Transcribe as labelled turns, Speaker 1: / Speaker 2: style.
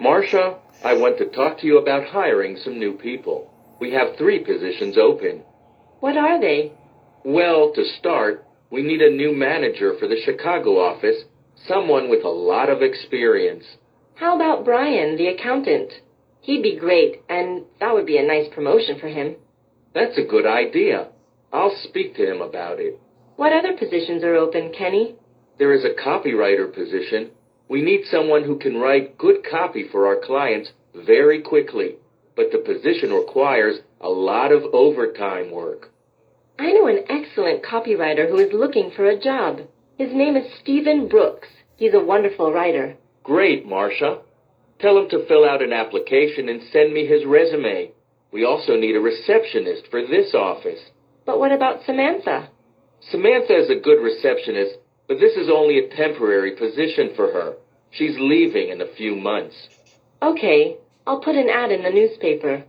Speaker 1: Marcia, I want to talk to you about hiring some new people. We have three positions open.
Speaker 2: What are they?
Speaker 1: Well, to start, we need a new manager for the Chicago office, someone with a lot of experience.
Speaker 2: How about Brian, the accountant? He'd be great, and that would be a nice promotion for him.
Speaker 1: That's a good idea. I'll speak to him about it.
Speaker 2: What other positions are open, Kenny?
Speaker 1: There is a copywriter position. We need someone who can write good copy for our clients very quickly, but the position requires a lot of overtime work.
Speaker 2: I know an excellent copywriter who is looking for a job. His name is Stephen Brooks. He's a wonderful writer.
Speaker 1: Great, Marcia. Tell him to fill out an application and send me his resume. We also need a receptionist for this office.
Speaker 2: But what about Samantha?
Speaker 1: Samantha is a good receptionist, but this is only a temporary position for her. She's leaving in a few months.
Speaker 2: Okay, I'll put an ad in the newspaper.